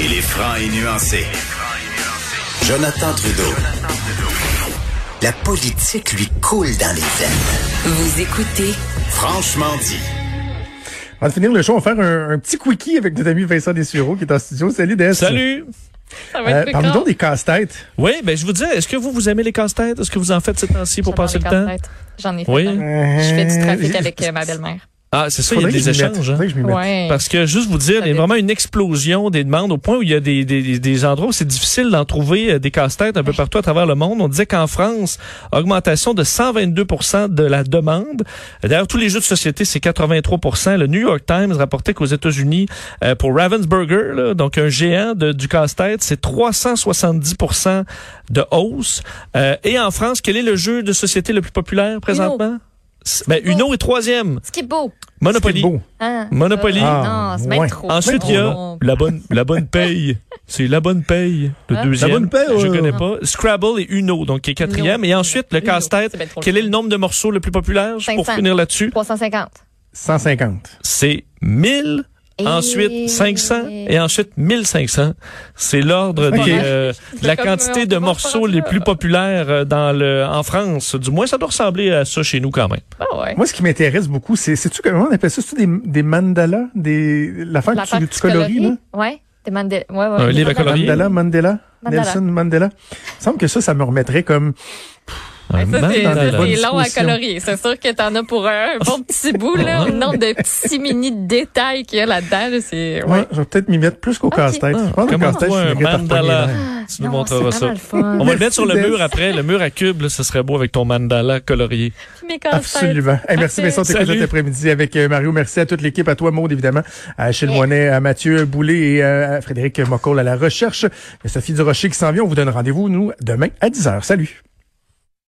Il est franc et nuancé. Jonathan Trudeau. La politique lui coule dans les veines. Vous écoutez Franchement dit. Avant de finir le show, on va faire un, un petit quickie avec notre ami Vincent Dessureau qui est en studio. Salut, Des. Salut! Ça va Euh, être parle piquant. Euh, donc des casse-têtes. Oui, ben je vous disais, est-ce que vous, vous aimez les casse-têtes? Est-ce que vous en faites ces temps-ci pour J'adore passer les le temps? casse-têtes. J'en ai fait. Oui. un. Je fais du trafic avec euh, ma belle-mère. Ah, c'est ça, il y a Faudrait que des je m'y mette. échanges. hein. Faudrait que je m'y mette. Ouais. Parce que, juste vous dire, il y a Ça vraiment une explosion des demandes au point où il y a des, des, des endroits où c'est difficile d'en trouver euh, des casse-têtes un peu partout à travers le monde. On disait qu'en France, augmentation de 122 de la demande. D'ailleurs, tous les jeux de société, c'est 83 Le New York Times rapportait qu'aux États-Unis, euh, pour Ravensburger, là, donc un géant de- du casse-tête, c'est 370 de hausse. Euh, et en France, quel est le jeu de société le plus populaire présentement? C'est- Ben, Uno est troisième. Ce qui est beau. Monopoly. C'est beau. Hein? Monopoly. Ah, non, c'est même ouais. trop. Ensuite, il y a Non. la bonne, la bonne paye. C'est la bonne paye, le Hein? deuxième. La bonne paye, je euh, connais pas. Scrabble et Uno, donc qui est quatrième. Uno. Et ensuite, le Uno. casse-tête. C'est bien trop le Quel est fun. le nombre de morceaux le plus populaire? Juste Pour 500. finir là-dessus, 350. 150. c'est 1000. Et- Ensuite, 500 et ensuite 1500. C'est l'ordre Ok. des, euh, de la Comme, quantité euh, on de peut pas morceaux faire les ça. plus populaires euh, dans le, en France. Du moins, ça doit ressembler à ça chez nous quand même. Ah ouais. Moi, ce qui m'intéresse beaucoup, c'est, sais-tu comment on appelle ça? C'est-tu des, des mandalas? Des, l'affaire que tu, L'affaire tu coloris, là? Ouais. Des mandel- Ouais, ouais. Un des livre à mandel- coloris. Mandala, Mandela, Mandala. Nelson Mandela. Il me semble que ça, ça me remettrait comme, Un Ça, c'est- mandala. ça, c'est Bonne long à disposition. colorier. C'est sûr que t'en as pour un bon petit bout, là. Le nombre de petits mini détails qu'il y a là-dedans, là, c'est. ouais, je vais peut-être m'y mettre plus qu'au casse-tête. Je pense que le Comment casse-tête, toi, je un finirais par mandala? pogner l'air. Tu nous Non, montreras ça. c'est vraiment le fun. On va le mettre sur le Merci, mur Des. après. Le mur à cube, là, ce serait beau avec ton mandala colorié. Mes casse-têtes. Absolument. Hey, merci Parfait. Vincent, t'écoutes Salut. cet après-midi avec euh, Mario. Merci à toute l'équipe, à toi Maude évidemment, à Achille Moinet, à Mathieu Boulay et euh, à Frédéric Mocoll à la recherche. Et Sophie Durocher qui s'en vient. On vous donne rendez-vous, nous, demain à 10h. Salut.